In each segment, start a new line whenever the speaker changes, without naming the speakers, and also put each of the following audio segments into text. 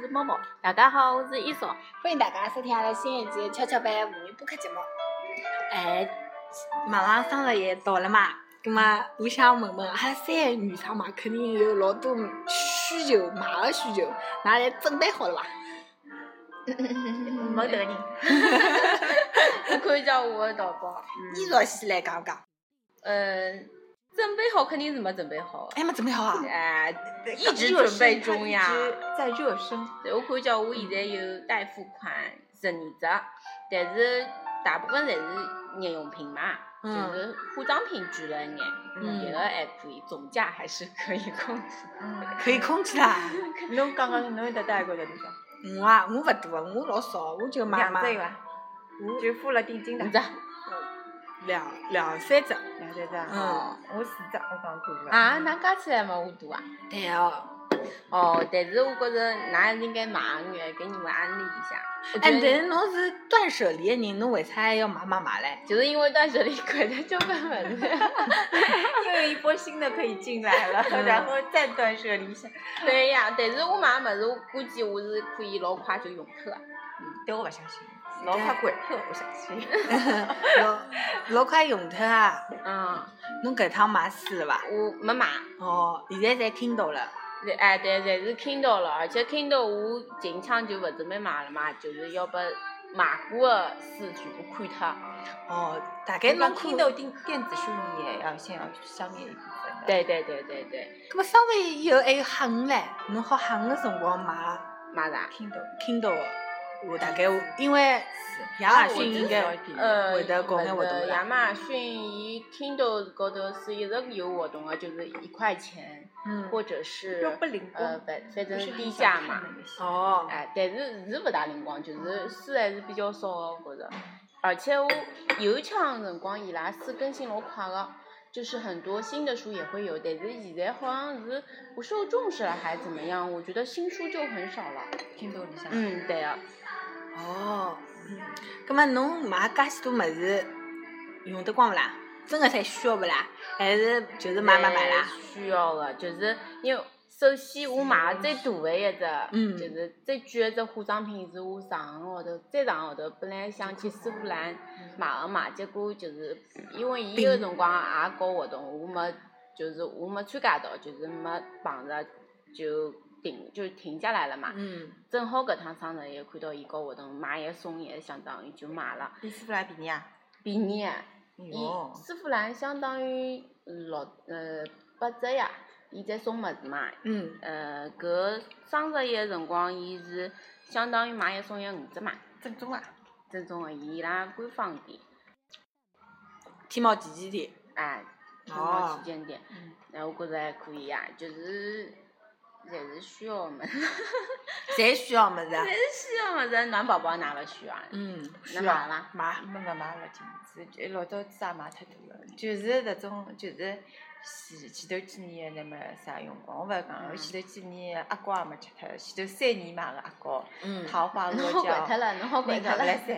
是猫猫。大家好，我是伊嫂。
欢迎大家收听阿拉新一期《跷跷板妇女播客》节目。哎，马上生日也到了嘛，葛么我想问问，阿拉三个女生嘛，肯定有老多需求，买个需求，㑚侪准备好了伐？嗯
没 得人。
我看一下我的淘宝，
伊若先来讲讲，
嗯，准备好肯定是没准备好啊。
还没准备好啊？
哎，一直
热
准备
身他
中
一
呀
直在热身。
对我看一下，我现在有贷付款十二只，但是大部分侪是日用品嘛，就
嗯
是化妆品贵了一眼，
嗯
别的还可以，总价还是可以控制。
嗯
可以控制啦。
侬讲讲，侬有得带过的地方？
我啊，我勿多，我老少，我就买
两
买
只有伐？
我
就付了定金的
五。只，
两两三只。
两三只啊。
嗯
我四只，我讲过了。
啊，那加起来没我多啊。
对哦。
哦，但是我觉着㑚应该买一眼，给你们安利一下。我
哎，但
觉得
是侬是断舍离的人，侬为啥还要买买买 嘞？
就是因为断舍离掼的就根本了。
又有一波新的可以进来了，然后再断舍离一下。
对呀，但是我买的物事，我估计我是可以老快就用脱啊。
对，我勿相信，老快滚脱，我相信。
老老快用脱啊！
嗯，
侬搿趟买书了伐？
我没买，
哦，现在侪 Kindle 了。
对哎，对，侪是 Kindle 了，而且 Kindle 我近腔就勿准备买了嘛，就是要把买过的书全部看脱。
哦，大概
那
侬看，
Kindle 电电子书你也要先要消灭一部分的。
对对对对对，
搿么稍微以后还有黑五唻，侬好黑五个辰光买
买啥？
，Kindle
Kindle 的。我大概我因为
是
亚马
啊我
逊
觉
应
得
该
呃，
会得搞
勿
眼活动
是
啦。
亚马逊伊 Kindle 高头是一直有活动的，就是一块钱，
嗯。
或者是
又不灵光
呃，反反正
不是很
低
想
价
看
嘛
的。那些
哦。
哎，但是是勿大灵光，就是书还是比较少的，我觉着。而且我有抢辰光，伊拉书更新老快的，就是很多新的书也会有，但是现在好像是不受重视了，还是怎么样？我觉得新书就很少了。
Kindle 里向。
嗯，对啊。
哦。搿么侬买介许多物事，用得光勿啦？真个侪需要勿啦？还是就是买买买啦？
需要的，就是因为首先我买的最大的一只，
嗯
就是最贵的一只化妆品是我上个号头，再上个号头本来想去丝芙兰买个嘛，结果就是因为伊有辰光也搞活动，我没就是我没参加到，就是没碰着，就停就停下来了嘛。
嗯。
正好搿趟生日也看到伊搞活动，买一送一，相当于就买了，
伊斯布拉比尼亚。哦
便宜啊。伊
哟。
丝芙兰相当于六呃八折呀，伊在送物事嘛。
嗯。
呃，搿双十一个辰光，伊是相当于买一送一五折嘛，
正宗啊。
正宗个伊拉官方店，
天猫旗舰店。
哎，天猫旗舰店，
嗯
那哎我觉着还可以呀、就是侪是需要个物事，
侪需要物事啊
侪。是需要个物事，暖宝宝哪勿需要啊？
嗯，
侬买了伐？
买。
没勿买了，就是就老早子也买太多了，就是迭种就是前前头几年个那么啥用光，我勿是讲，我前头几年阿胶也没吃脱，前头三年买个阿胶，
嗯
桃花
侬好掼
辣
脱
椒，
了，侬好掼
那
脱
个勿 来
了，
三，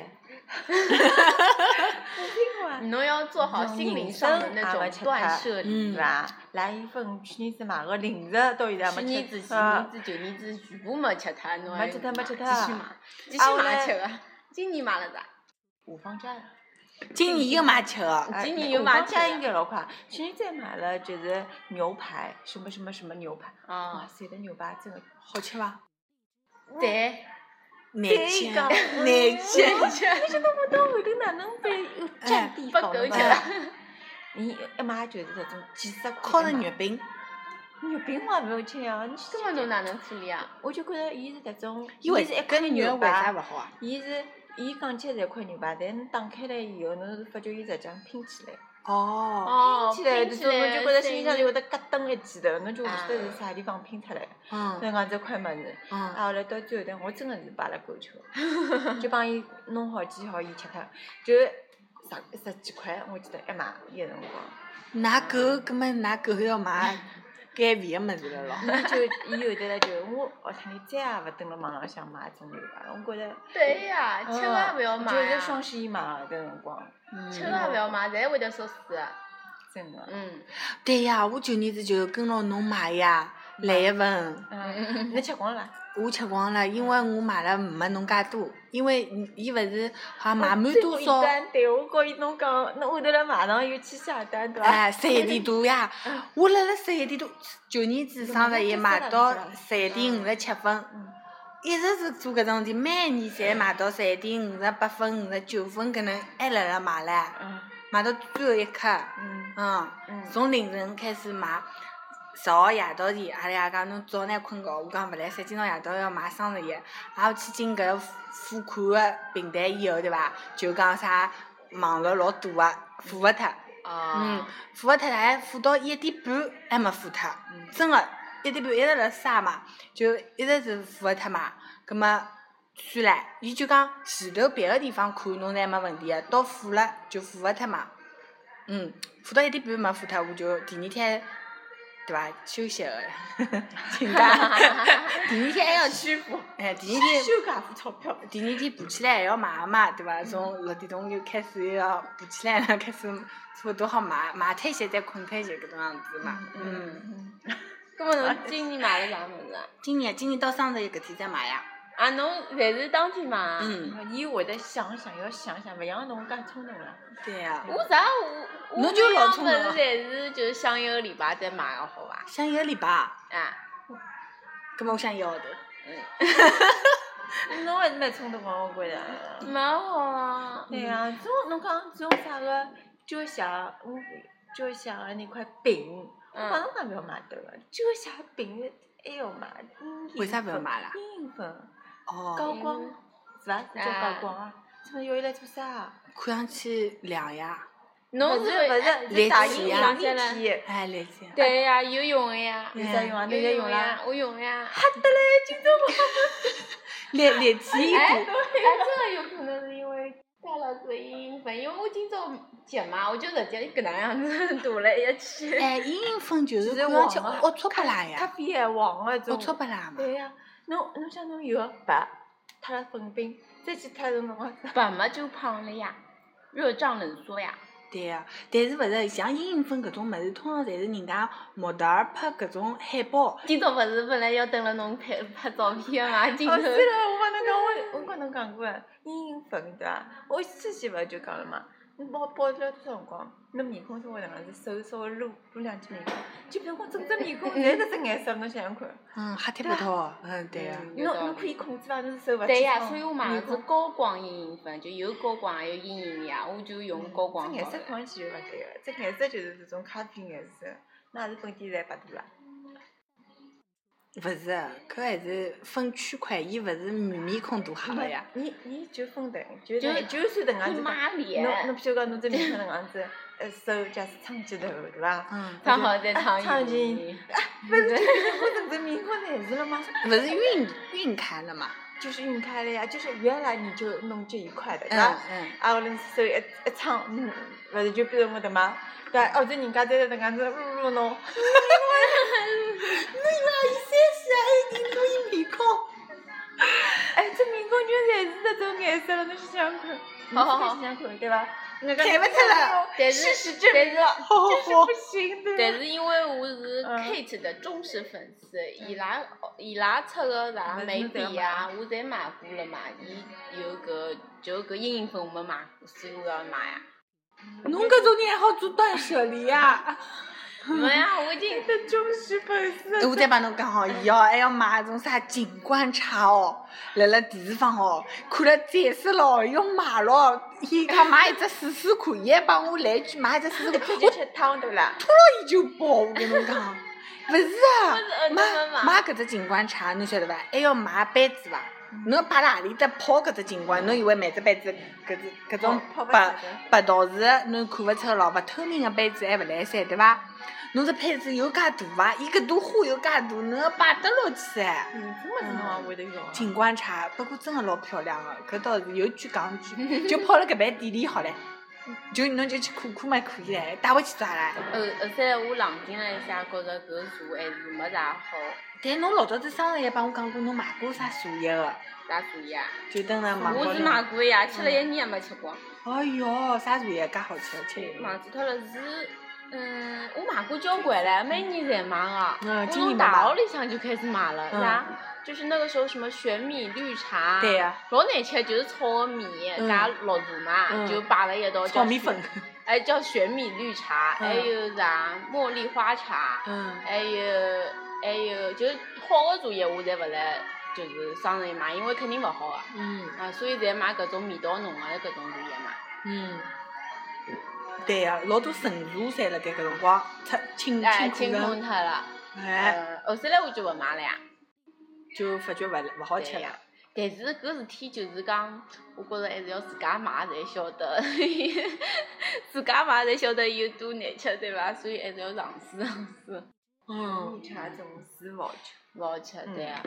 嗯
侬要做好心灵上的那种断舍离。
嗯
是伐？蓝一粉去年子买个零食到现在
去
还
年
没
子、
吃
前年子、
脱，
旧年子全部啊没吃脱，侬还
没吃脱没吃脱
继续买，继续
啊我
买
嘞
吃个。今年买了啥？
五芳斋啊。
今年又买吃的，
哎
今年
那
有
我
买
刚
起
加
来
应该老快，去年再买了就是牛排，什么什么什么牛排，哇
啊，
塞，的牛排真的
好吃伐？
对，
难
这
吃，
个
难吃。
吃。
到后头哪能被又占地
哎不
方
够
了
吃了？
你哎一买就是那种几十块
烤的
一买
月饼，
肉饼我也没有吃呀，你
搿么侬哪能处理啊？
我就觉着伊是那种，
伊为
是一块
搿肉
牛
为啥
排，
勿好啊？
伊是伊讲起来是一块牛排，但侬打开来以后，侬是发觉伊实际上拼起来。
哦，
哦，
起来，
拼
就
起
是侬就觉着
是
心里向就会得咯噔一记头，侬就勿
啊
晓得是啥地方拼出来的。
嗯
侬讲这块物事，
嗯，
啊后来到最后头，我真的是摆了狗球， 就帮伊弄好煎好，伊吃脱，就十十几块，我记得一买一个辰光，
㑚狗，葛末㑚狗要买减肥的物事了咯。
那就伊后头来就我哦学堂里再也勿蹲辣网浪向买种牛排了，啊我觉着，
对呀，吃个也
啊
勿要买
就是
呀，
双十一买个辰光，
吃个也勿
嗯，
要买，侪会得说死的。
真的，
嗯，
对呀，我旧年子就跟牢侬买呀，来一份，
嗯，侬吃光了啦？
我吃光了，因为我买了没侬介多，因为伊勿是好像买满多
最
少
后一，单对我告伊侬讲，侬下头来买上有去下单对伐？
哎，十一点多呀，我辣辣十一点多，九年子生日也买到十一点五十七分。
嗯，
一直是做搿种事体，每一年侪买到十一点五十八分、五十九分搿能，还辣辣买唻，
嗯
买到最后一刻，
嗯
嗯，
嗯，
从凌晨开始买，十号夜到前，阿拉爷讲侬早眼困觉，我讲勿来三，今朝夜到要买生日宴，挨下去进搿个付款个平台以后，对伐？就讲啥网络老堵个，付勿脱，嗯
啊，，
付勿脱还付到一点半还没付脱。
嗯，
真个一点半一直辣刷嘛，就一直是付勿脱嘛，葛末算唻，伊就讲前头别个地方看侬侪没问题个，到付了就付勿脱嘛，嗯，付到一点半没付脱，我就第二天。对伐？休息个， 请假。 第二天还要去补，哎，第二天
休假付钞票，
第二天爬起来还要买个嘛，对伐？从六点钟就开始又要爬起来了， 开始差不多好买，买脱一些再困脱一些，搿种样子嘛。嗯
嗯，
搿么侬今年买了啥物事啊？
今年今年到生日搿天再买呀。
啊，侬侪是当天买啊？
嗯，
伊会得想想，要想想，勿像侬介冲动了。
对呀、
我啥我我
侬就
每
老
样
冲
物
动啊
事侪是就是想一个礼拜再买个好伐？
想一个礼拜啊，
啊，
搿么我想一个号头。
侬还是蛮冲动个，我觉着。
蛮好
嗯
啊。
对呀，总侬讲种啥个交响，我交响个那块饼，我帮
嗯，
侬讲勿要买对个，交响饼还要买，嗯
为啥勿要买啦
阴影粉
哦，
高光
嗯
是伐？是叫高光啊？这么要伊来做啥啊？
看上去亮呀，
侬
勿
是哎勿
是勿
是？
是
立
是打
体
印
啊
打印体，
哎，来劲。
对呀，有用个呀，
有啥用啊？
哎有
侬现在
用
用
个
啦
呀，？我用个呀。
立立体一
哎，
点。
哎，真的有可能是因为带了这个阴影粉，因为我今朝急嘛，我就直接搿能样子 涂了一去。
哎，阴影粉就是
就是
看上去
黄啊
龌龊不拉
咖
呀，
啡还黄个
龌
种。
龊不拉嘛。
对呀，侬侬想侬油白，脱了粉饼，再去脱辰光，
本嘛就胖了呀，热胀冷缩呀。
对呀，但是勿是像阴影粉搿种物事，通常侪是人家模特儿拍搿种海报。
今朝勿是本来要等了侬拍拍照片个嘛，今
哦，
朝。
是的，我帮侬讲，我我跟侬讲过的，阴影粉对伐？我之前勿就讲了嘛，侬帮我保留多少辰光，侬面孔稍微能样子，手稍微撸撸两记面孔，就比如讲整只面孔侪是只颜色，侬想想看，
嗯，黑铁不透。嗯，对呀。
啊嗯 有
侬
道
侬
理
可以控制伐？侬手勿
对
去
呀，
碰
所以我买
面
了只
孔
高光阴影粉，就有高光还有阴影呀，我就用高光
嗯
这
好
颜色
了。
看上去就勿对个，这颜色就是这种咖啡颜色，那是粉底侪白涂啦。
勿是，搿还是分区块，伊勿是面面孔大黑个 呀。
你你就分等，就
就
就就算能样
就
子讲，
抹
侬侬
脸，
比如讲侬只面孔能样子，呃手假使撑起头对伐？
嗯。
烫好再烫
烫
阴
阴
影。
不是，就是我整个面孔难是了吗？
勿是晕晕开了嘛？
就是晕开了呀，就是原来你就弄这一块的，
嗯
对吧？
嗯。
啊，我弄手一一撑，嗯，不是就变成我的吗？对吧，或者人家在那样子撸 撸侬，
侬伊拉伊三十还认侬伊面孔，
哎，这面孔就侪是这种颜色了，侬想想看，
好好好
你自己想想看，对吧？那个
看不出来，
但
事
是
实证明
但
了，
是
好
这是不行的。
但是因为我是
嗯
Kate 的忠实粉丝，伊拉伊拉出个啥
嗯
眉
侬
笔
侪
啊，我侪买过了嘛。伊有搿就搿阴影粉我没买过，所以我要买啊呀。
侬搿种人还好做断舍离呀！
没呀，我已 经
这忠实粉丝，
我再帮侬讲 哦，伊哦还要买种啥景观茶哦，辣辣电视上哦，看了赞死了哦，要买了哦。伊讲买一只试试看，伊还帮我来一句买一只试试
一
看，
口
我
就吃汤对啦。
伊就爆，我跟侬讲，勿是啊
不是呃，真的
买
吗
买搿只景观茶，侬晓得伐？还要买杯子伐？
嗯
侬摆辣何里搭泡搿只景观，侬以为买只杯子搿只搿种
泡泡不
白
出来
白陶瓷的，侬看勿出老勿透明个杯子还勿来三，对伐？侬只杯子有介大伐？伊搿朵花有介大，侬要摆得落去唻。
嗯，这么子侬也会得用啊？
景观茶，不过真的老漂亮个、搿倒是有句讲 句，就泡辣搿爿店里好唻，
嗯
就侬就去看看嘛可以唻，带回去做啥唻？
后后三呃我冷静了一下，觉着搿茶还是没啥好，
但侬老早子生日也帮我讲过，侬买过啥茶叶个？
啥茶叶啊？
就等
嗯
了网
我
高
是
头
买过呀，吃了一年也没吃光，
哎哟，啥茶叶介好吃，吃一
忘记脱了是嗯，我买过交关嘞，每年侪买啊。
嗯
我
今年
从
没买
大学里向就开始买了，
嗯
是吧？就是那个时候什么玄米绿茶，
对呀、
老难吃，就是炒个米
嗯
加绿茶嘛，
嗯
就摆了一道叫
炒米粉
玄，，哎，叫玄米绿茶，
嗯
还有啥茉莉花茶，
嗯，
还有还有就是好的茶叶我侪勿来，就是商场里买，因为肯定勿好啊，
嗯
啊，所以侪买搿种味道浓的搿种茶叶嘛。
嗯，对呀、老多陈茶侪辣盖搿辰光出清
哎，
嗯清
清
库
空
存，
脱了。
哎，
呃，后头来我就勿买了呀。
就发觉勿勿好吃
对
了
呀。但是搿事体就是讲，我觉着还是要自家买才晓得， 自家买才晓得有多难吃，对伐？所以还是要尝试尝试。
嗯，
茶总是勿好吃。
勿好吃，对呀、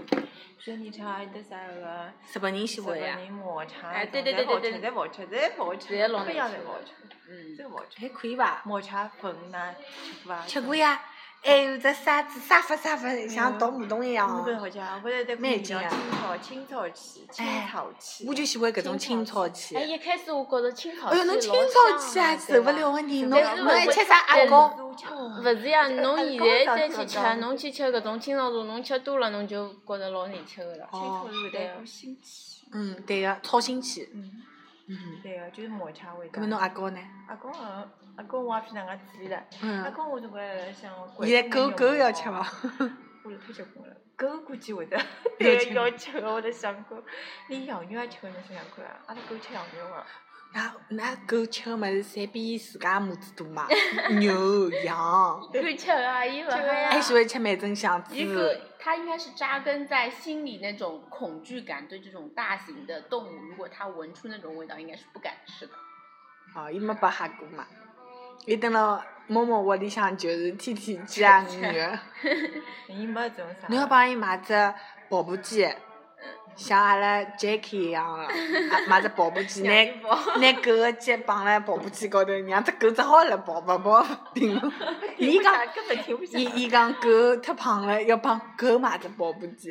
雪泥茶还得啥个？
日本人喜
日
欢
本
呀，
人抹茶，
哎对对对对对
勿好吃，侪勿好吃，
侪
侪勿
老
好吃，各样
难
侪
吃
勿好
的
吃，
嗯，
真勿好吃。
还哎可以伐？
抹茶粉啊呐，吃过伐？
吃过呀，还有只沙子沙发沙发，像
嗯
倒马桶一样
我觉着
哦。
好像，我觉得
蛮
比
劲
较
啊
青草，青草气，青
哎
草气。
我就喜欢搿种
清
青
炒
草气。
气
哎，一开始我觉着清炒
哎哟，侬
气
清
老
朝
香
去啊，
的
受
对
不
伐
了个人，侬
但是
侬还
我
吃啥
但
阿
是
胶？
勿是呀，侬
哎
现在
刚
再
上
去
课刚
吃，侬去吃搿种清炒茶，侬吃多了，侬就觉着老难吃个了。
青草是会
对
得
啊
股腥气。
哦嗯，对个，炒新奇。
嗯，
嗯，
对个，就是抹茶味
搿
道
么。侬阿胶呢？
阿公嗯，阿公我也去哪能介处理了。阿
嗯，
公我总归辣想掼
现在
出
狗
门
狗
用
要
哦
吃伐？？
我是太结棍了，狗估计会得
要
对
吃
要吃的，我在想过，连羊肉也吃的，侬想想看啊，阿拉狗吃羊肉伐？
那那狗吃个物事，侪比伊自家母子大 嘛，牛、羊，
够吃啊，伊勿
这个
嗨呀。
还喜欢吃满城香
一个
猪。，
它应该是扎根在心里那种恐惧感，对这种大型的动物，如果它闻出那种味道，应该是不敢吃的。
哦，伊没白吓过嘛。伊等了嬷嬷屋里向，就是天 天鸡啊
吃
牛肉。
伊没这种啥。
侬要帮伊买只跑步机，像阿拉 Jacky 一样 的，啊买只跑步机，拿
养一包
拿狗个脚绑辣跑步机高头，让只狗只好辣跑，勿跑勿 停。伊讲，
根本停不下
伊。伊讲狗太胖了，要帮狗买只跑步 机，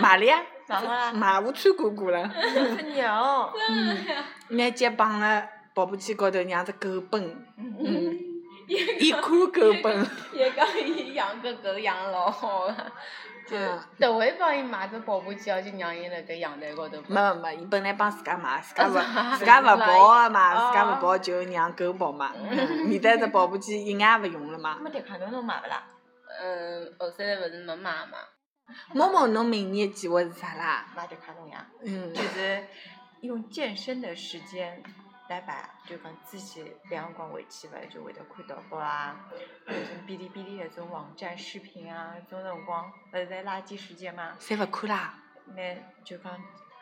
买了 呀，
买好啦
买我穿过过了。
真是娘。
嗯，拿脚绑辣跑步机高头，让只狗奔。嗯，伊看 狗奔。
也讲伊养个狗养得老好了，
嗯。
特会帮伊买只跑步机，就让伊辣盖阳台高头跑。
没没没，伊本来帮自家买， 自家勿自
自
家
家
勿
买
跑个嘛，自家
哦
勿跑就让狗跑 嘛，免得只跑步机一眼也勿用了嘛
那。么迪卡侬侬买勿啦？
嗯，后头来勿是没买嘛？
某某，侬明年的计划是啥啦？
买迪卡侬呀，
嗯
就，是用健身的时间来把，就讲自己两辰光回去勿就会得看淘宝啊，或者哔哩哔哩搿种网站视频啊，搿种辰光勿是在垃圾时间嘛，
侪勿看啦。
那就讲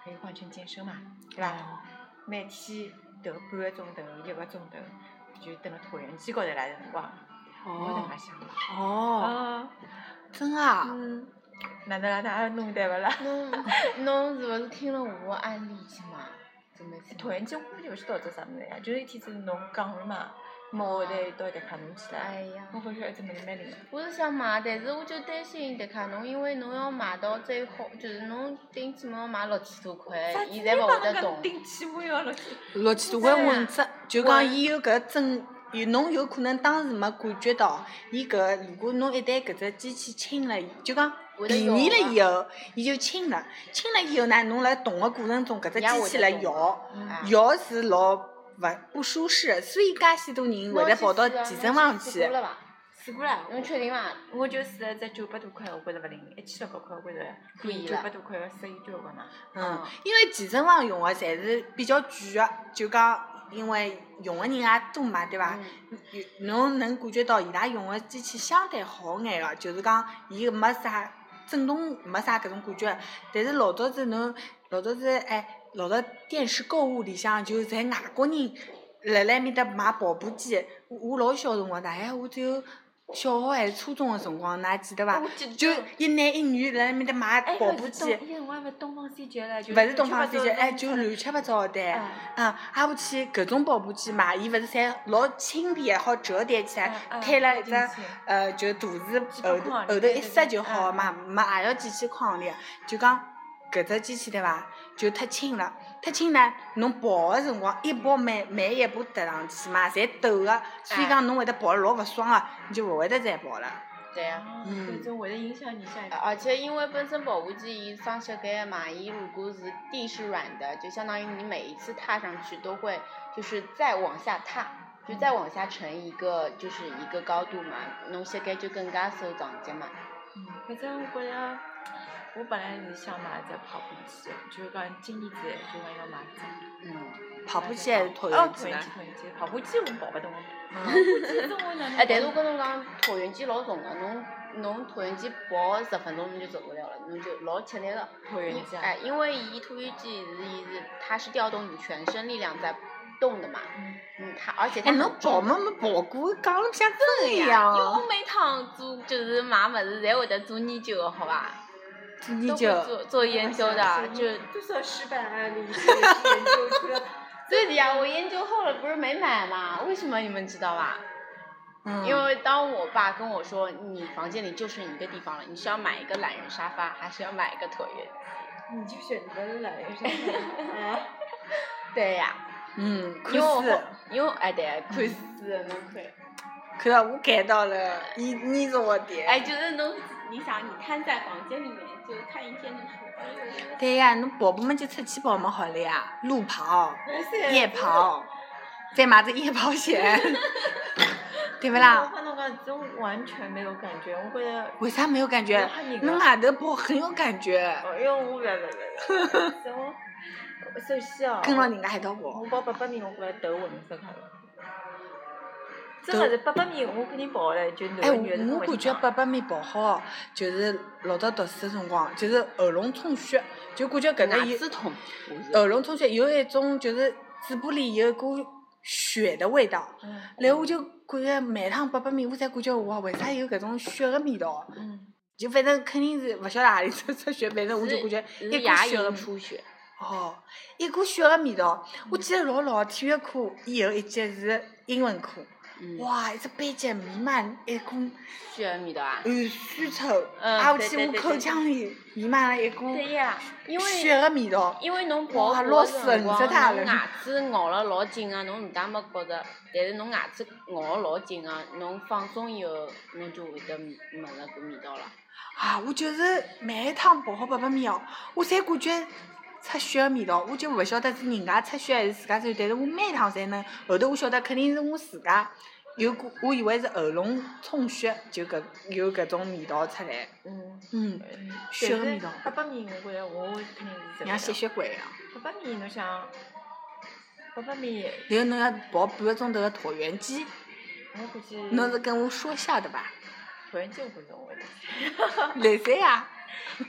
可以换成健身嘛，对伐？每天投半个钟头、一个钟头，就蹲辣椭圆机高头来的辰光，我在
哦
那想了。
哦，
啊，
真啊！
嗯，哪能啦？哪能弄对勿啦？
侬侬是勿是听了我的案例去买？怎么去买？
椭圆机我根本就勿知道做啥物事呀，就是一天子侬讲了嘛，咾我后头一道就看侬去了。
哎呀
我。发觉这物事蛮灵的。
我是想买，但是我就担心迪卡侬，因为侬要买到最好，就是侬顶起码要买六千多块，
哎
伊才勿会得动。
顶起我要了。
六千多
真
块
的
稳值，就讲
稳
伊有搿真，有侬有可能当时没感觉到，伊搿如果侬一旦搿只机器清了，就讲
会得
便
摇
宜了
嘛
以后，伊就清了，清了以后呢，侬辣动个过程中，搿只
也会
机器
得
辣
动
摇。
哎
啊
摇是老勿不舒适的，所以介许多人会得跑到健身房去
侬去试过。了伐？
试过了，
侬确定伐？
我就试了只九百多块，我觉着勿灵，一千六百块我觉着
可以
九
了
百多块适宜交关呢。
嗯
嗯，
因为健身房用的侪是比较贵的，就讲因为用的人也多嘛，对
嗯
伐？有侬能感觉到伊拉用的机器相对好眼个，就是讲伊没啥震动，没啥搿种感觉。但是老早子侬老早子哎，老早电视购物里向就侪外国人辣辣埃面搭买跑步机，我我老小辰光大概我只有小学还是初中个辰光，㑚还记得伐？
我记
就
得
一男一女辣埃面搭买
哎，
跑步机
勿，是东，我还勿东方西决了，就
勿是东方
乱七
飞机，
八糟
哎，
的
就乱七八糟个对。
哎
啊，挨下去搿种跑步机嘛，伊勿是侪老轻便的，好折叠起来，
啊
嗯嗯
推了一
推
只
进去
呃，就肚子
机
后
器
头
框
后头
对
一
对
塞
对
就好
啊
个嘛，没也要机器框里。就讲搿只机器对伐？就忒轻了，忒特清呢，侬跑个辰光，一跑每每一步踏上去嘛，侪陡个，所
啊
以讲侬会得跑得老勿爽个，你就勿会得再跑了。
对呀、
嗯
反正会得影响你下一
啊
呃而且因为本身跑步机伊双膝盖嘛，伊如果是地是软的，就相当于你每一次踏上去都会就是再往下踏，就再往下沉一个就是一个高度嘛，侬膝盖就更加受撞击嘛。
嗯，反正我觉着，我本来是想买只跑步机的，就是讲今年子就讲要买只。
嗯，
跑步机还是椭
哦
圆
椭
机呢
圆机？椭圆机，跑步机我跑不动。
嗯
跑步机中我哪能
哎，但是
跑
我跟侬讲，椭圆机老重的，侬侬椭圆机跑十分钟侬就受不了了，侬就老吃力的。
椭圆机啊。
哎，因为伊椭圆机是伊是它是调动你全身力量在动的嘛，
嗯
嗯，它而且它
哎，
很
侬跑
重
没没跑过，讲了像真一
呀，
样
因为我
哦。
每趟做就是买物事，侪会得做研究的，好吧？
做研
都会
究，
做做研究
哦
的，就
多少嗯失败案例研究出来。
对的呀。我研究后了，不是没买嘛？为什么你们知道啊吧？
嗯
因为当我爸跟我说你房间里就剩一个地方了，你是要买一个懒人沙发，还是要买一 个椭圆？
你就选择了懒人沙发。啊
对呀，
嗯，看
因为我
书
后，因为哎对，看 书侬看，
看到我看到了， 你你是我的。
哎就是侬，你想你瘫在房间里面就看一天的书，哎呦
对呀，侬跑步嘛就出去跑嘛好了呀，路跑、夜。跑，再买只夜跑鞋， 对不
我
啦？
跟侬讲，真完全没有感觉，我觉着。
为啥没有感觉
我怕你？
侬
的
外头跑很有感觉，
哦，因为我勿勿勿勿，真我首先哦。
跟牢人家一道跑。
我跑八百米，我觉着头浑身开了。真的是八百米，我肯定跑了，就男
哎，
的女的
我我感觉八百米跑好，就是老早读书的辰光，就是喉咙充血，就感觉搿呃搭
哪
有
次痛？
喉咙充血有一种就是嘴巴里有一股血的味道。然后我就感觉每趟八百米，我才感觉哇，为啥有搿种血的味道？啊
嗯，
就反正肯定是勿晓得啊何里出出血，反正我就感觉
是
一股
嗯牙
血的
龈出血。
哦，一股血的味道。我记得老老体育课以后一节是英文课，
嗯，
哇，一只班级弥漫一股
血味道啊！
汗酸臭，
嗯
挨下
对
去
对
我
对
口
对
腔里弥漫了一股
对呀，因为
血的味道。
因为侬跑
哇
步
老
的
神
辰
着
光，
它
侬
了
牙齿咬了老紧个，侬唔但没觉着，但是侬牙齿咬了老紧个，侬放松以后，侬就会得闻闻着搿味道了。
啊，我就是每一趟跑好八百米哦，我侪感觉出血的味道，我就勿晓得是人家出血还是自家抽，但是我每趟侪能，后头我晓得肯定是我自家有股，我以为是喉咙充血，就搿有搿种味道出来，
嗯，
嗯，血的味道，
八百米，我觉着我肯定是
像吸。血鬼一样。啊
八百米，侬想，八百米，
然后侬要跑半个钟头的椭圆机，
我估计。
侬是跟我说笑的吧？
椭圆机我不懂，我
来噻呀，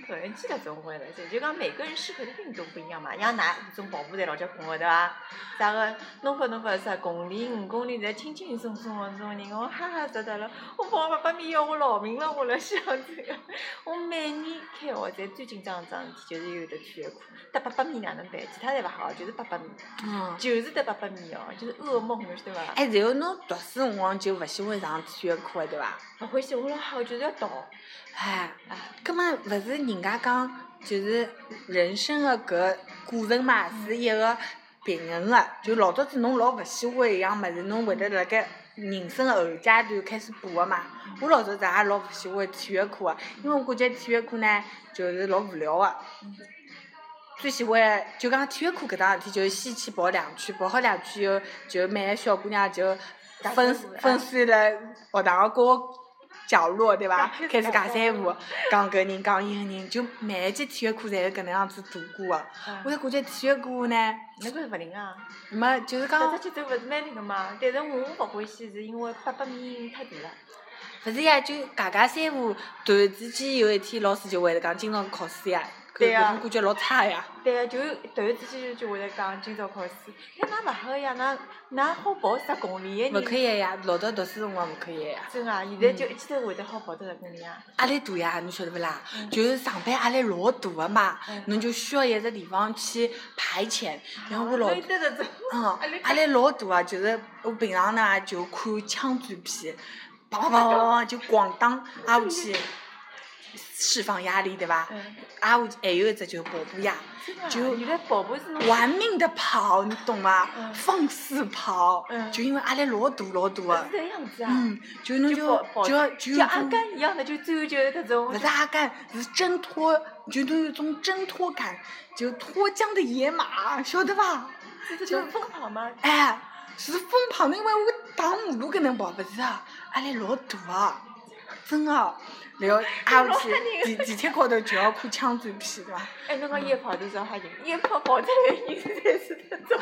椭圆机搿种会了，就讲每个人适合的运动不一样嘛。像㑚这种跑步在老结棍个对伐？啥个弄法弄法啥嗯公里、五公里侪轻轻松松个种人，我哈哈哒哒了，我跑八百米要我老命了，我辣想这个。我每年开学侪最紧张的桩事体就是有得体育课，得八百米哪能办？其他侪勿好，就是八百米，
嗯。
就是得八百米哦，就是噩梦，侬晓得伐？
哎，然后侬读书辰光就勿喜欢上体育课的对伐？
勿欢喜，我老好就是要逃。
哎，
啊，
葛么勿是人家讲，就是人生的搿过程嘛，是一个平衡的。就老早子侬老勿喜欢一样物事，侬会得辣盖人生的后阶段开始补的嘛。我老早子也老勿喜欢体育课的，啊因为我感觉体育课呢就是老无聊的。最喜欢就讲体育课搿桩事体，就是先去跑两圈，跑好两圈以后，就每个小姑娘就
打
分
散步啊
分散了学堂的各个角落，对伐？开
开
始
始
尬
尬
三
三
胡
胡，
讲搿人讲伊个人，就每一节体育课侪是搿能样子度过个。我
我
就感觉体育课呢，
侬搿是勿灵啊！
没就是
搿
讲
只节奏勿是蛮灵个嘛，但是我勿欢喜是因为八百米太大了。
勿是呀，就尬尬三胡，突然之间有一天老师就会得讲今朝考试呀，搿
对呀
搿种感觉老差呀。
对个，就突然之间就会得讲今朝考试，但㑚勿好呀，㑚㑚好跑十公里个
勿
人，
可以嗯呀，老早读书辰光勿可以呀。
真个啊，现在就一记头会得好跑到十公里啊。
压力大呀，侬晓得不啦？
嗯
就是上班压力老大个嘛
嗯，
侬就需要一个地方去排遣。然后我老
啊，对对对，
嗯
压力，
压力老大啊！就是我平常呢
哦
啊 就看枪战片，砰砰砰砰砰就咣当挨下去，释放压力，对伐？
嗯，
啊，我还有一只就是跑步呀，就
原来跑步是侬
玩命的跑，你懂伐？
嗯
放肆跑，
嗯
就因为压力老大老大
是
个，
这样子啊，
嗯，就侬
就
就
跑跑
就要就
像
有
阿
种，
甘一样的，就最后就是那种
勿是啊阿甘，是挣脱，就侬有种挣脱感，就脱缰的野马，晓得伐？
这种疯狂嘛，
哎，是疯跑，因为我打马路搿能跑，勿是啊，压力老大啊，真个、然后挨下去，地地铁高头就要看枪战片，对伐？
哎，侬讲夜跑多少哈人？夜跑跑出来的人才是那种，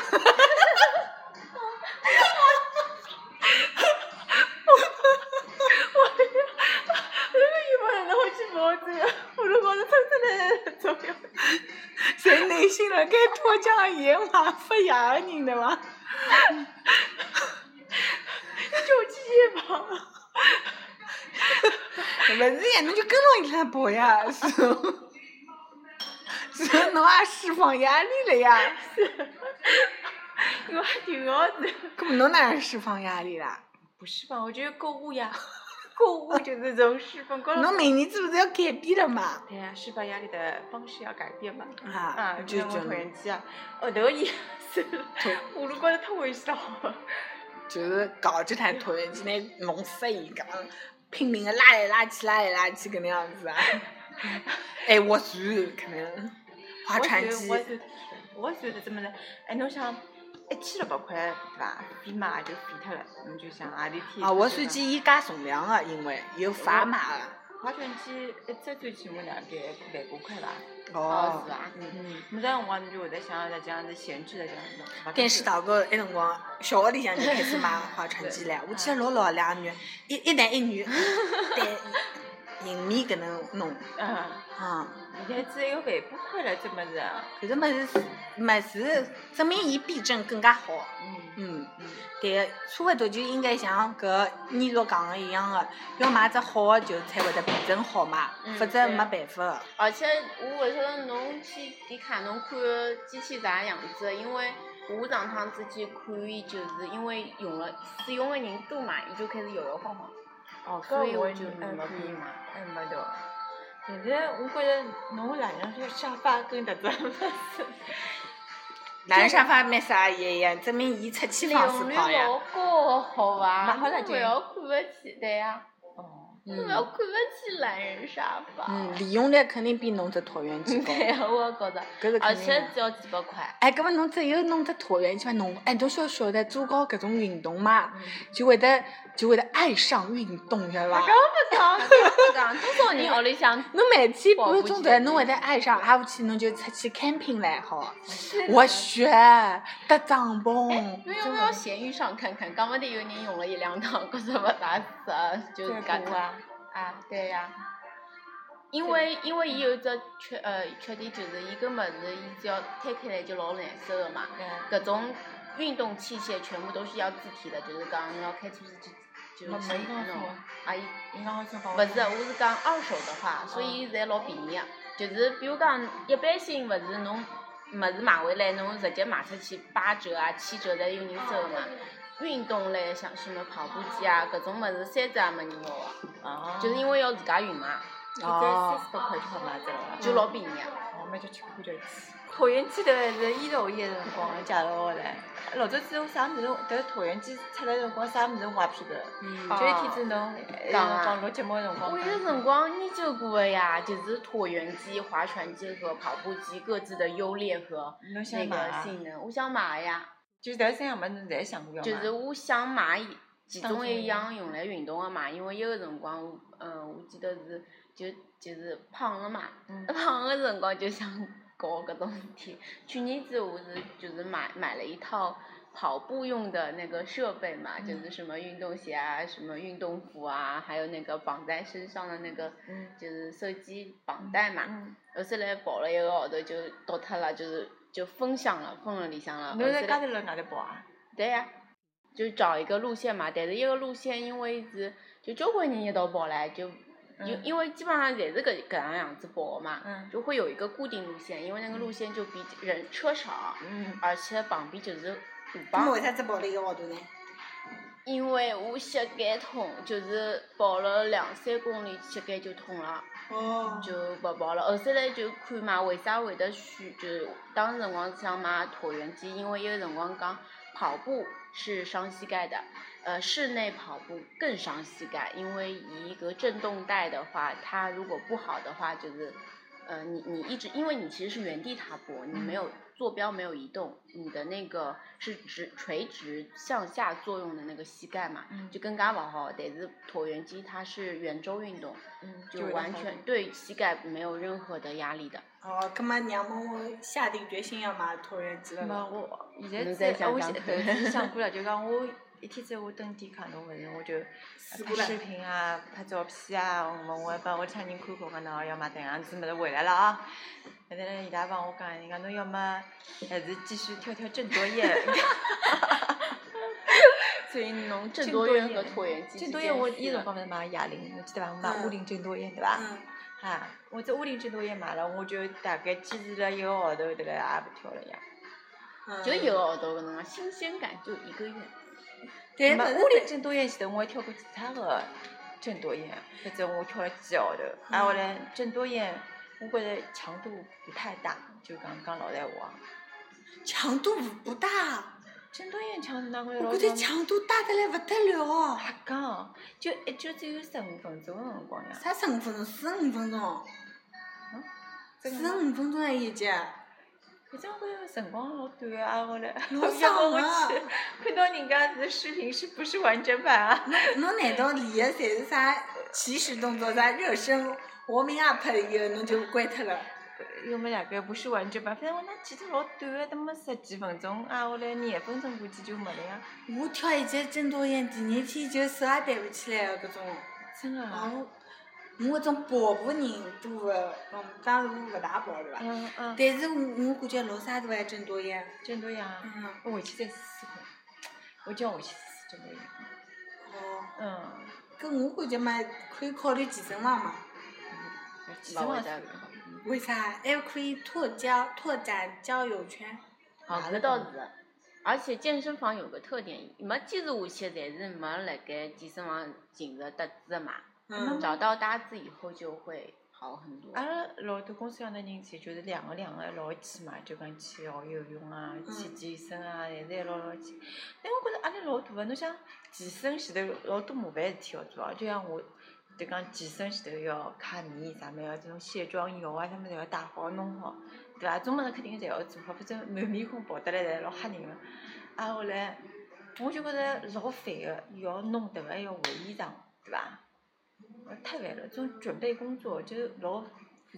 我我那个夜跑哪能会去跑这个？我路高头冲出来的那种，
侪内心辣盖脱缰的野马发芽的人，对伐？
就去夜跑。
勿是呀，侬就跟牢伊拉跑呀， 是。是侬也释放压力了呀？
我还挺好的。
搿么侬哪能释放压力啦？
不是吧？我觉得购物 呀，购物就是这种释放。高
侬
了
明年子勿是要改变了嘛？
对呀，释放压力的方式 要改变嘛。
啊
啊，，
就
就
就
讨人气啊！后头也是，马路高头太危险了。
就是搞这台椭圆机呢，弄死伊讲拼命的拉来拉去，拉来拉去，搿能样子啊。 哎，划船可能划
我
船
算
机
我，算，我算的怎么呢？哎，侬想一千六百块对伐？飞马也啊就飞脱了，侬就想何里天？
啊，划船，机伊介重量的，因为有砝码的。
划船机一只最起码两百万把块吧？
哦
是。伐？嗯。
嗯。
没得辰光侬就会得想着这样子闲置的这样子。勿
但是
可
到个埃辰光，小学里向就开始买划船机 了。我记得老老两个女，一一男一女，对，迎面搿能弄，
惜嗯。
啊，
现在只有万把块了，这么子。
搿个物事是物事证明伊避震更加好。
嗯
嗯，
嗯，
对个，差勿多就应该像搿妮若讲个一样个，要买只好个就才会得变成好嘛
嗯，
否则
对
没办法个。
而且我勿晓得侬去迪卡侬看的机器啥样子的，因为我上趟子去看伊，就是因为用了使用的人多嘛，伊就开始摇摇晃晃，
哦，
所以
搿
我
也
就没
嗯可以
去
嘛，
买。
嗯没得。现在我觉着侬哪能说沙发跟搿 只物事，
男人沙发没啥一样，证明伊出去
利
放肆
用率
跑呀。
老高，好伐？
买好了就
勿要看勿起，对呀、
哦，
侬勿要
嗯，
看勿起懒人沙发。
嗯， 利用率肯定比侬只椭圆机高，
对哦呀，我也觉啊着，
搿是肯
而
定
且
的。
只要几百块。
哎，搿么侬只有弄只椭圆机嘛，侬哎，侬晓晓得做搞搿种运动嘛，就会得就会得爱上运动，晓得伐？
不讲，不 讲，多少人屋里向
侬每天半
跑
个
步
钟
机
头，
的
侬会得爱上，挨下去侬就出去 camping 来好。
我
滑雪、搭帐
哎
篷，
侬有没有闲鱼上看看？讲勿定有人用了一两趟，觉着勿大 适，就
这
搿
个
能
啊，
啊，对呀、因为因为伊有只缺呃缺点就是伊搿物事伊只要摊开来就老难受个嘛。
嗯，
搿种运动器械全部都是要自提的，就是讲你要开出去就就
没
是
没
那
那
种
种，
啊伊
人家好像帮
勿是，我是讲二手的话，所以侪老便宜个。啊就是比如讲，一般性勿是侬物事买回来，侬直接卖出去八折啊、七折，侪有人收个嘛。运动类像什么跑步机啊，搿种物事三折也没人要个，
啊，
就是因为要自家运嘛，
就在四十多块就好买只了，
就老便宜啊个。
我们就去看着去。椭圆机头是伊老伊个辰光介绍我唻，老早子我啥物事，迭椭圆机出来辰光啥物事我也不晓得。
嗯
就一天子侬呃
讲啊
讲录节目个辰光
我
讲，
有辰光研究过个呀，就是椭圆机、划船机和跑步机各自的优劣和
侬想
那
买
个
啊？
性能。我想买个呀，
就迭三样物事侬侪想过要买。
就是我想买一其
当
中
心
一样用来运动个嘛，因为有个辰光我，嗯，我记得是就就是胖个嘛，
嗯
胖个辰光就想搞搿种事体。去年子我是就是买买了一套跑步用的那个设备嘛，就
嗯
是什么运动鞋啊，什么运动服啊，还有那个绑在身上的那个
嗯
就是手机绑带嘛。
嗯，
后头来跑了一个号头就倒脱了，就是就分享了，分了里向了。
侬
后头
在
来
家头辣外头跑啊？
对呀、就找一个路线嘛。但是一个路线因为是就交关人一道跑来，就因、
嗯
因为基本上侪是搿搿样样子跑的嘛，
嗯
就会有一个固定路线，因为那个路线就比人车少，
嗯，
而且旁边就是河
那么
浜
为，啥只跑了一个号头呢？
因为我膝盖痛，就是跑了两三公里，膝盖就痛了，
哦，
就不跑了。后头来就看嘛，为啥会得选？就是当时辰光想买椭圆机，因为有辰光讲跑步是伤膝盖的，呃，室内跑步更伤膝盖，因为一个震动带的话，它如果不好的话，就是，呃，你你一直，因为你其实是原地踏步，你没有坐标没有移动，你的那个是直垂直向下作用的那个膝盖嘛，
嗯
就更加不好。但是椭圆机它是圆周运动，
嗯，
就完全对膝盖没有任何的压力的。
哦，葛末娘们，我下定决心要买椭圆机了
没
咯。
我
侬
现
再
在
想
在，我
想
现头
看
先想过了，就讲我一天之后我蹲点看侬勿是，我就
试
拍
过了
视频啊，拍照片啊，我我还帮我亲人看看，讲喏要买迭样子物事回来了啊。后头来伊拉帮我讲，人家侬要么还是继续跳跳郑多燕。
所以侬郑
郑
多
多
燕和
燕
椭圆机
郑
之
多
间
燕我
选
伊
了
辰光勿是买哑铃，侬记得伐？我买
嗯
五菱郑多燕对伐？
嗯，
啊，我这五菱郑多燕买了，我就大概坚持了一个号头，迭个也勿跳了呀。
嗯
就一个。号头搿能介，新鲜感就一个月。
但
没
勿是
五菱郑多燕前头，我还跳过其他个郑多燕，反正我跳了啊几个号头。挨下来郑多燕，我觉着强度不太大，就讲讲老实闲话。
强度不大，
郑多燕强度哪能
我
老
觉得
强？
强度大得来勿得了哦。
瞎讲，就一局只有十五分钟个辰光呀。
啥十五分钟？四十五分钟？四
真
十
的吗
五分钟啊，一 节。
反正我觉着辰光老短个，挨下来
老
要
爽
么我
啊！
去看到人家的视频是不是完整版啊？
侬侬难道练的侪是啥起始动作、啥热身、warming up 以后，侬就关脱了？
要么大概不是完整版，反正我那记得老短个，他妈十几分钟，挨下来廿分钟估计就没了呀。
我跳一节郑多燕，第二天就手也抬勿起来了，搿种。
真个
啊
啊！，
我我搿种跑步人多个，嗯，当然我勿大跑对伐？
嗯嗯。
但是我我感觉老啥都爱郑多燕。
郑多燕啊，
嗯，
我回去再试试看。我叫回去试试郑多燕。
哦，
嗯，
搿我感觉嘛，可以考虑健身房嘛。
其实
勿会
嘛
得
嗯是
嗯
为啥？还可以拓交拓展交友圈。
好，
哪
搿
能
倒
讲
是。而且健身房有个特点，没坚持下去，侪是没辣盖健身房寻着搭子的嘛。
嗯，
找到搭子以后就会好很多。
阿拉啊老多公司上的人侪就是两个两个一道去嘛，就讲去学游泳啊，去
嗯
健身啊，侪是一道道去。但我觉着压力老大个，侬想健身前头老多麻烦事体要做啊，就像我。就讲健身前头要揩米啥么要这种卸妆油啊，啥么侪要带好弄好，对啊伐？种么子肯定侪要做好，反正满面孔跑得来侪老吓人个。啊，后来我就觉着老烦个，又要弄迭个，还要换衣裳，对伐？呃太烦了，种准备工作就是老复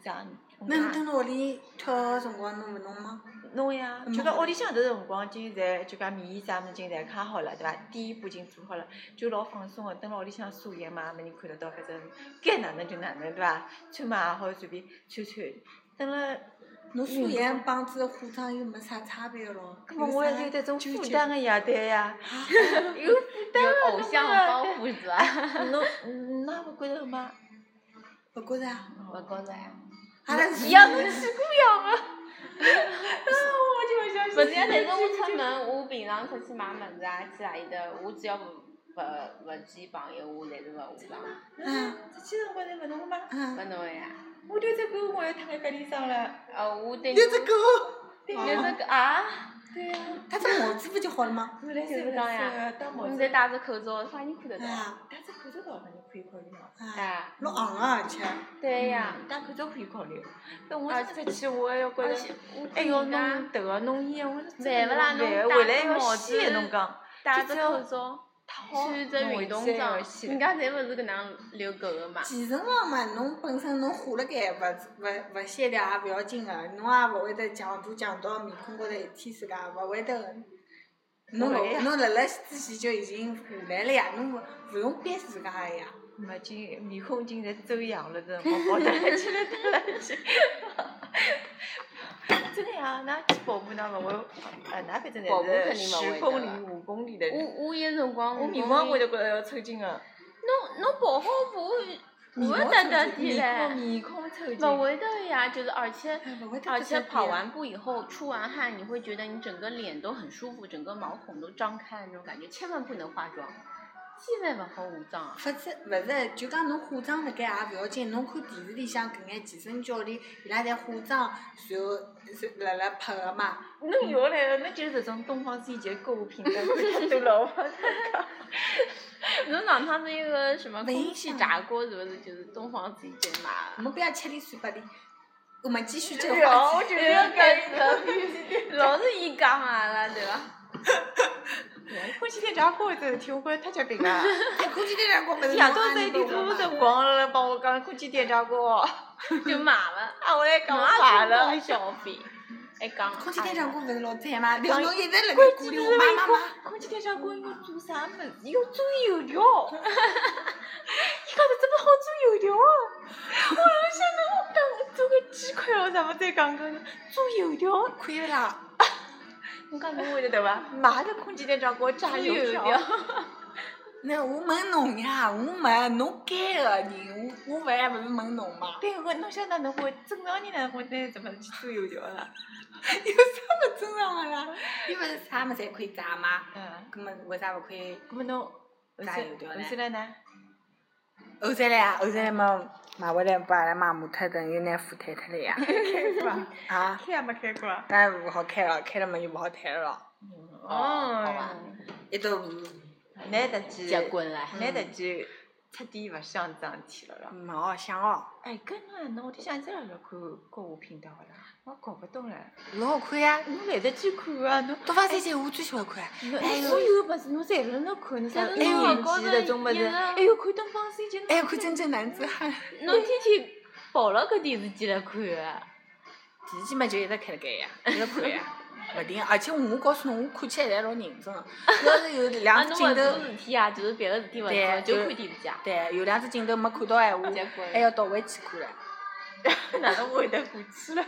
杂。
那侬蹲辣屋里跳个辰光，侬勿弄吗？
弄呀，
嗯
就讲屋里向迭辰光，今侪就讲棉衣啥物事，今侪揩好了，对伐？第一步已经做好了，就老放松个，蹲辣屋里向素颜嘛，没人看得到，反正该哪能就哪能，对伐？穿嘛也好随便穿穿，蹲辣，
侬素颜帮子化妆又没啥差别咯。
搿么我还是有
得
迭种
纠
负
结
担个呀，对呀，有
有偶像包袱 是吧？
侬嗯那勿觉着吗？
勿觉着啊？
我觉着呀，
阿拉是
一样的去过呀嘛。
啊我就勿相
不是呀，但是我出门，我平常出去买物事啊，去哪里的，我只要不不不见朋友，我侪是勿下床。
啊，这几辰光侪勿弄吗？
嗯，
勿侬呀？
我丢只狗，我要躺在隔离上了。
啊呃，我对
有只狗，
对有只狗啊，
对呀、啊，
戴只帽子不就好了吗？
我来
就是
三
讲
不嗯来
呀
三个，当
我
帽
们
子
在。戴着口罩，啥人看得到？
啊
戴只口罩倒反正可以考虑嘛。
啊，
啊，
老昂啊，而且
对呀。
嗯，戴口罩可以考虑。那我
而
上出去，我还要觉
而
着
且，我
还要
听人家
哎弄头个弄烟，我说
烦勿啦
烦
侬
回来
戴个
要
帽
洗的
子
侬讲，
戴
就
着
只要
口罩，
太好
穿着运动装，人家侪勿是搿能遛狗个嘛。
健身房嘛，侬本身侬化了该，勿勿勿卸掉也勿要紧个，啊侬也勿会得强度强到面孔高头一天自家，勿会得个。侬
不
老
会呀
侬辣辣之前就已经下来了呀，侬勿勿用憋自家个呀。
没今面孔今侪走样了，真我跑得来去了，得来去。真的呀，那去跑步那勿会，呃，那反正
跑步
侪
肯
是
定勿会
十
的
公
啦
里、五公里的。
我我有辰光
我
五
面
公
孔
里
哦我都觉着要抽筋个，
侬侬跑好步，
面
勿会
孔
得
抽
得
筋
体
我
嘞，
面孔抽筋。
勿会得呀，就是而且。
哎，勿会得
而
得
且
得
跑
憋
完步以后出完汗，你会觉得你整个脸都很舒服，整个毛孔都张开那种感觉。千万不能化妆，现在勿好化妆 啊。
勿是勿是，就讲侬化妆辣盖也勿要紧，侬看电视里向搿眼健身教练，伊拉侪化妆，然后是辣辣拍个嘛。
侬下来了，侬就是搿种东方季节购物频道看太多了，我
侬上趟那个什么
没
空气
想
炸锅是不是就是东方之间嘛？
我们不要吃力算八里，我们继续这个
对哦，
话
我
题。
就
就是
要
搿
搿
个 老是伊讲啊了，对伐？
空气天炸锅这事体，我觉着太吃饼了。
哎，估计这两个没
夜到十一点多钟，光了帮我讲空气天炸锅，啊，
就买 了，
啊
我还讲
讲
啥了？
消费，还讲
空气
哎
店长工勿是老赞嘛？然后侬一直辣盖
关
鼓
键
励
是
我妈妈
为
嘛。
啥空气天上锅要做啥么子？要做油 条。伊讲是怎么好做油条啊？我老想着我讲我做个鸡块哦，啥么再讲讲做油条。
可以啦，
我讲侬会得对伐？买的空气天上锅炸
做
哎
油
油
条
条。。
那我问侬呀，我问侬该个人，我我勿还勿是问侬嘛？
对个，侬晓得侬会正常人哪会拿怎么去做油条啦？
有啥勿正常个啦？伊勿是啥物事侪可以炸吗？
嗯，
葛末为啥勿可以？
搿么侬后
炸
头
油条
后
呢
呃头来 呢？
后头来啊，后头来嘛买回来把阿拉妈骂脱，等于拿货退脱了呀。 啊，
开也没开过啊。
那勿好开了，开了嘛就勿好退了咯。
哦好吧
嗯
一头
难得见，
结 棍了，
难得见，彻底勿想桩事体了咯。
没好想哦，
哎，搿侬侬屋里向一直辣辣看购物频道个啦，我搞勿懂唻。
老好啊看呀。
侬来得去看啊，侬
东方三姐我最喜欢看。
侬
哎呦
所有呃哎个物事侬侪辣辣看，侬啥
侪
运
辣
辣
动
高
记
头
搿种物
一
事，
直
还有看东方神起，侬
哎，看真正男子汉。
侬天天抱牢搿电视机来看个，
电视嘛就一直开辣盖 呀，一直看呀，勿停。而且我告诉侬，我看起来侪老认 真。要是有
啊，
两只镜
侬勿
头
做，事体啊，就是别个事体勿
对
做，就
就哎
看电视机啊。
对，有两只镜头没看到闲话
结棍，
还要倒回去看唻。
哪能会得过去了？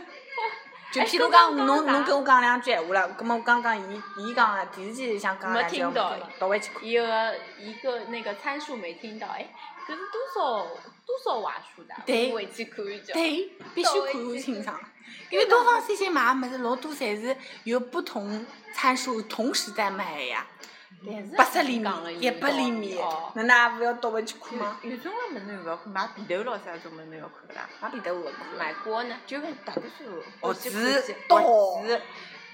就
哎
譬如讲，
刚刚
侬
讲
侬跟我讲两句闲话了，葛末我刚刚伊伊讲个电视机里向讲的
没
两句闲
听到
话，倒回去看。
一个一个那个参数没听到，哎，可是多少多少瓦数的啊，
对
我回去看一下。
对，必须看下清爽。因为东方神起买个物事老多，侪是有不同参数同时在卖的呀，
但是
八十厘米
讲了、
一百厘米
哦，
哪能也勿要倒回去看 吗？
有有种个物事侬勿要看，买被头咯啥种物事侬要看啦。
买别的我看。
买锅呢，
就跟大多数
哦
我去
纸
看见
刀
哦纸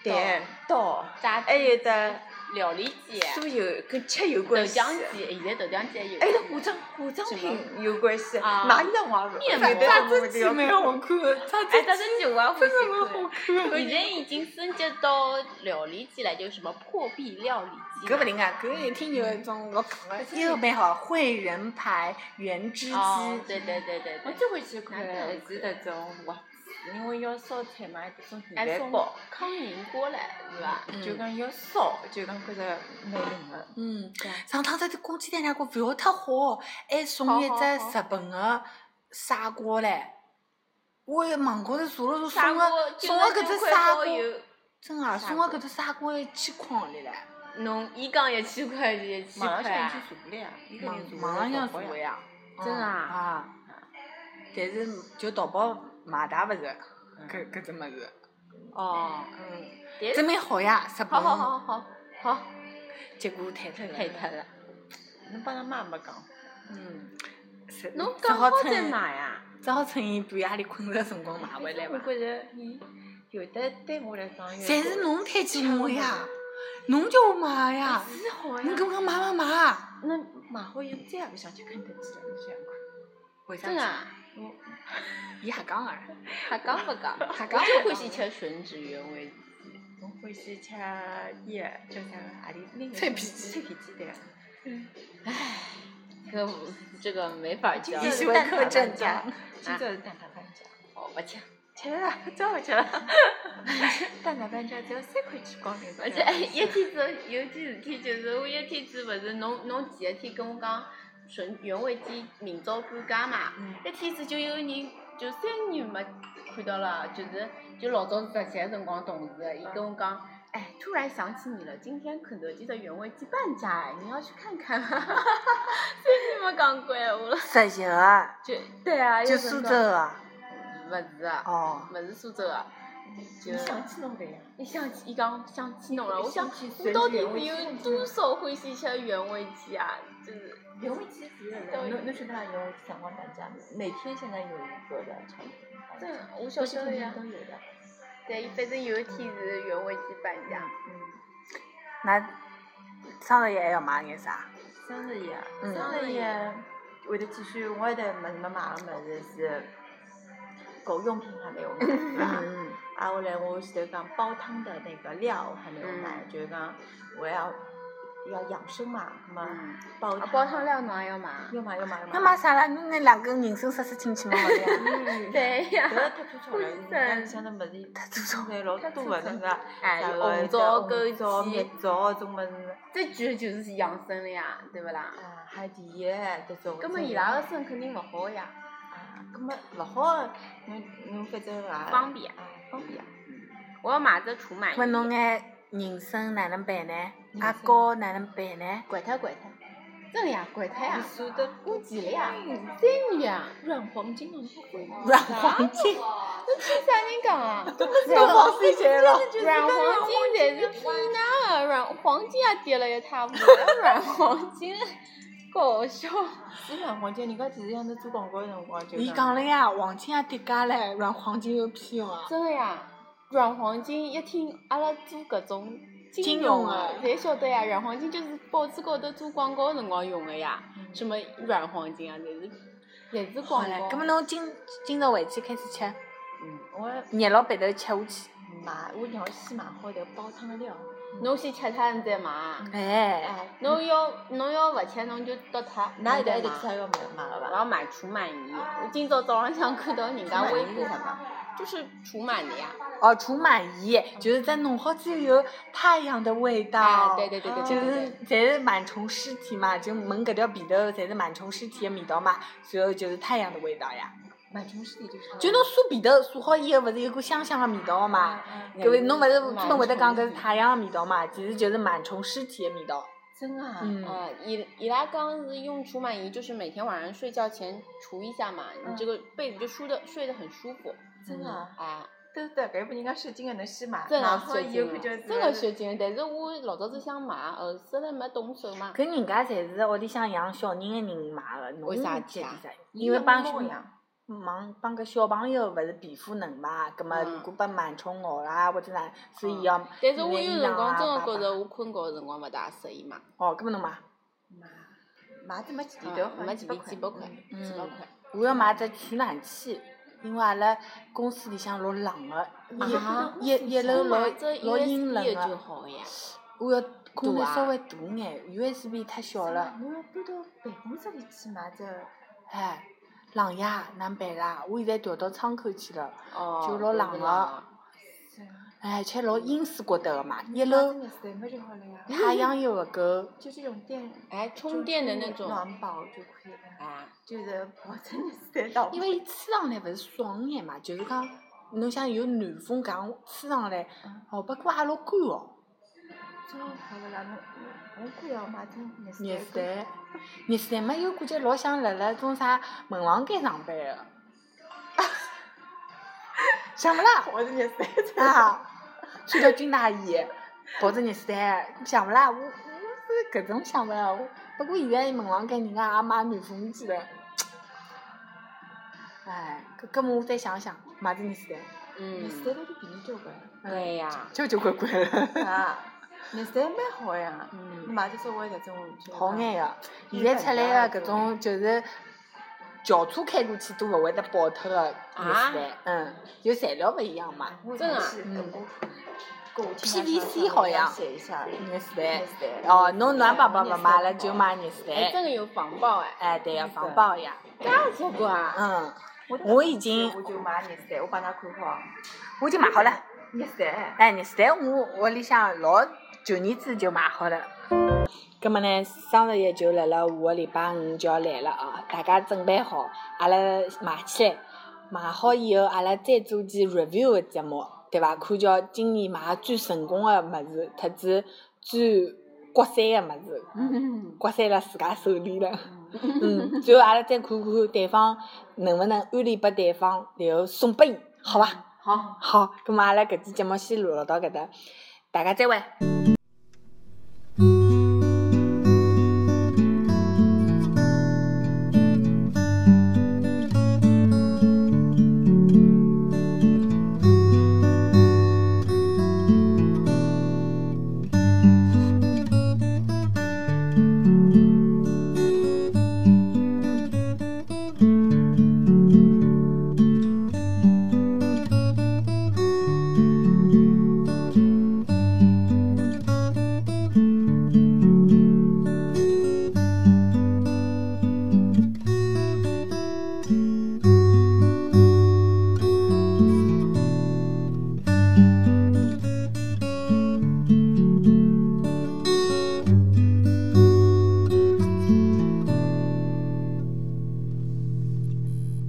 对刀，
炸
哎
还有得
料理机、
所有跟吃有
豆
关系。
浆机，哎现在豆浆机也
哎
有。
还有化妆化妆品有关系，
啊
买衣裳我也
面膜
啥
榨
子
汁机蛮好看，榨汁
哎，但是你我 要回去看。
看
现在已经升级到料理机了，就是什么破壁料理机嘛。
搿勿灵啊，搿一听就是一种老戆个，
哎
一个蛮好，汇仁牌原汁
哦，
机，
对对对对
我
对。
最欢喜看的还是那种盒子，因为要烧菜嘛，这种电
还
饭
送
煲，
康宁锅来，是吧？
啊就讲要烧，就讲觉着蛮灵的。
嗯，上趟子公鸡蛋两个勿要太好，还哎送一只日本个砂锅唻。我也网高头查了查，送
砂锅
个送
个
个搿只砂锅，
有。
真啊，
砂
送个
锅
搿只砂锅要千筐里唻，
侬伊讲一千块就一千
马上
块
就要
啊！
去查过来呀，一个
网
人
网浪向
上
查
查
个
呀。
呀，
真
嗯
啊
啊，但是就淘宝买大勿是，
嗯
搿搿只物事，
哦，
嗯。
但
真
是
蛮好呀，日
好
本。
好好好好，
结果退脱了。
太脱了。
侬帮㑚妈没讲，
嗯。是
侬
只
讲
好
好
趁
再买呀？
只好趁伊半夜里困着辰光买回来
我
吧。
觉着伊有的对我来讲，
侪是侬推荐我呀，侬叫我买呀，
是
哎
好
侬
呀
啊跟。我讲买买买。
侬买好以后再也不想去肯德基了，你想看？
为啥
真
子？
啊，
伊瞎讲个，
瞎讲勿讲？
瞎
我
讲。
就欢喜。吃吮指原味。
我欢喜吃伊个叫啥个阿里那个
脆皮鸡
脆皮鸡啊对个。
这个哎这个没法教
今，
你
朝
喜
是
欢
蛋
柯
挞饭
震
家
东，
今朝是蛋挞饭家，
我不吃。
吃
啊
了早勿吃了。 蛋挞饭家只要三块钱光牛
而且哎，一天子有件事体，就是我一天子勿是侬侬前一天跟我讲纯原味鸡明朝半价嘛，
嗯
一天子就有人就三年没看到了，就是就老早实习辰光同事，伊跟我讲。哎，突然想起你了，今天肯德基的原味鸡半价哎，你要去看看 吗？所以你没讲过闲话了。
实习个，
就对啊，
就
有辰
苏州
光，
个。
勿是啊，
哦。
勿是苏州的，就
你想起侬了呀？
伊想起伊讲想起侬了，我想
想起
我到底
原
是
味
有
鸡
多少欢喜吃原味鸡啊？就是
原味鸡是啥
对
侬侬晓得伐？原味鸡辰光涨价，每天现在有一个的产品，反
真
正
的我晓
小区
得了
附近
呀。
都有的。
对，反正有一天是原味鸡半价。
嗯，
那双十一还要买眼啥？
双十一啊，
嗯
双十一会得继续，我会得没没买个物事是狗用品还 没有买，对吧？
嗯
啊，后来我记得讲煲汤的那个料我还没有买，
嗯
就是讲我要要养生嘛，那么
嗯。
煲
啊，煲汤料侬也要买啊？
要买要买要买。
那买啥啦？侬拿两根人参塞塞进去嘛，好了 呀。
嗯，
对
搿个
呀。
太粗糙了，人家里向的物事太粗糙了，老多的那个。
哎，
啥
有
个
红
枣、
枣、枸
枣、蜜
杞，
枣，种么子？
这句就是养生了呀，对不啦？
啊，海底椰这种。
根本伊拉个肾肯定勿好呀，
啊，搿么勿好的，侬侬反正也
方便。
啊，方便啊。
我要买只除螨
问侬
仪，
眼人参哪能办呢？
人
阿
参
膏哪能办呢？
管它管它，真的呀，管它呀
你，说的
过期了呀，
嗯
三年啊，
软黄金侬太贵 了。
软黄金，
这听啥人讲 啊？
都放水钱了。
软黄金才是骗人的，软黄金也跌了一塌糊涂， 软黄金搞笑。
是软黄金，人家就是像那做广告的辰光就。
伊讲了呀，黄金也跌价了，软黄金有屁用啊！
真的呀，软黄金一听阿拉做搿种
金
金
融
融
啊
的，侪晓得呀，软黄金就是报纸高头做广告的辰光用的呀，
嗯
什么软黄金啊，侪是侪是
好
广
嘞，
告。
葛么侬今今朝回去开始吃，
嗯，我
热牢白头吃下去。
买，我让先买好迭煲汤的料。
侬先吃它，你再买。
哎，
哎，
侬要侬要勿吃，侬就倒它。
哪
你
一
再
代的
买
菜要买买了
我
吧？
要买除螨仪，我今朝早浪向看到人家微博
是，么？
就是除螨的呀。
哦，除螨仪就是在弄好之后有太阳的味道。
啊，对对对对
就
对对
是
对。
侪是螨虫尸体嘛，就闻搿条被头侪是螨虫尸体的味道嘛，然后就是太阳的味道呀。
买虫尸体就是。
就侬梳被头梳好以后，勿是有股香香的味道的嘛？
啊。
各位，侬勿是
螨
专门会得讲搿是
虫
太阳的味道嘛？其实就是螨虫尸体的味道。
真啊。
嗯
呃，伊伊拉刚是用除螨仪，就是每天晚上睡觉前除一下嘛，你
嗯
这个被子就舒的睡得很舒服。
真啊。
啊，
对对，搿部人家射精的能先买，
真
然
的
后
血
伊有
精
看
啊了，啊
就是
真的血精了。但是我老早子想买，后头来没动手嘛。
搿人家侪是屋里向养小人的人买的，侬
为啥
介
体啊
意啥？
伊
因为
养
帮
猫
小
呀
忙帮搿小朋友勿是皮肤嫩嘛，葛末
嗯
如果被螨虫咬啦或者哪，所以
嗯
要
但是我有辰光真
的
的觉着我困觉的辰光勿大适宜买，
哦，搿么侬买。
买买只没几钿头，好
嗯
像
没几
百
笔几百块，
嗯
几百块。
我要买只取暖器，因为阿拉公司里向老冷个，
啊
一一一楼
我
老
买只
老阴
USB
冷
的就
个。
好呀。
我要空
大
调
啊
稍微大眼，USB 太小了。
侬要搬到办公室里去买只，
哎，冷呀，难办啦！我现在调到窗口去了，
哦。
就老冷
对
的
不啊啦。
哎，且老阴湿觉得个嘛，一
买
楼
只热水没就好了呀，
太阳又勿够。
就这种电
哎，充电的那种。
暖宝就可以了，
啊。
就是保证热水到。
因为伊吹上来勿是爽眼嘛，就是讲，侬想有暖风搿样吹上来
嗯，
哦，不过也老干哦。
真好了啦，侬侬我也要买只热
热
水
水，热水嘛，又感觉老想辣辣种啥门房间上班个。 想勿啦？
我是热水。
啊，穿条军大衣，抱着热水，想勿啦？我我是搿种想勿啦？我不过现在门房间人家也买暖风机了。哎，搿搿么我再想想，买只热水，
热
嗯
水。倒是便宜交 关
嗯
对呀。
交交关关了。
啊，热水蛮好呀，你
嗯，
买只稍微迭种就是
好
讲
眼个，现在出来个搿种就是轿车开过去都勿会得爆脱个热水，嗯，就材料勿一样嘛，
真啊
嗯
狗
PVC 好像
写一下。
热水。
对
哦，侬暖宝宝勿买了就。买热
哎，
水
这，个有防爆哎，
哎，对个，防爆呀，
介结棍啊！
嗯，我
我
已经
我就买热水，我帮他看好。
我就买好了，
热水。
哎，热水我屋里向老旧年子就买好了。葛么呢，双十一就辣辣下个礼拜五就要来了啊！大家准备好，阿拉买起来，买好以后，阿拉再做期 review 的节目，对伐？看叫今年买最成功的物事，特子最刮三的物事，
嗯，
刮三辣自家手里了。嗯，最后阿拉再看看对方能不能安利拨对方，然后送拨伊，好伐？
好。
好，咁么阿拉搿期节目先录了到搿搭，大家再会。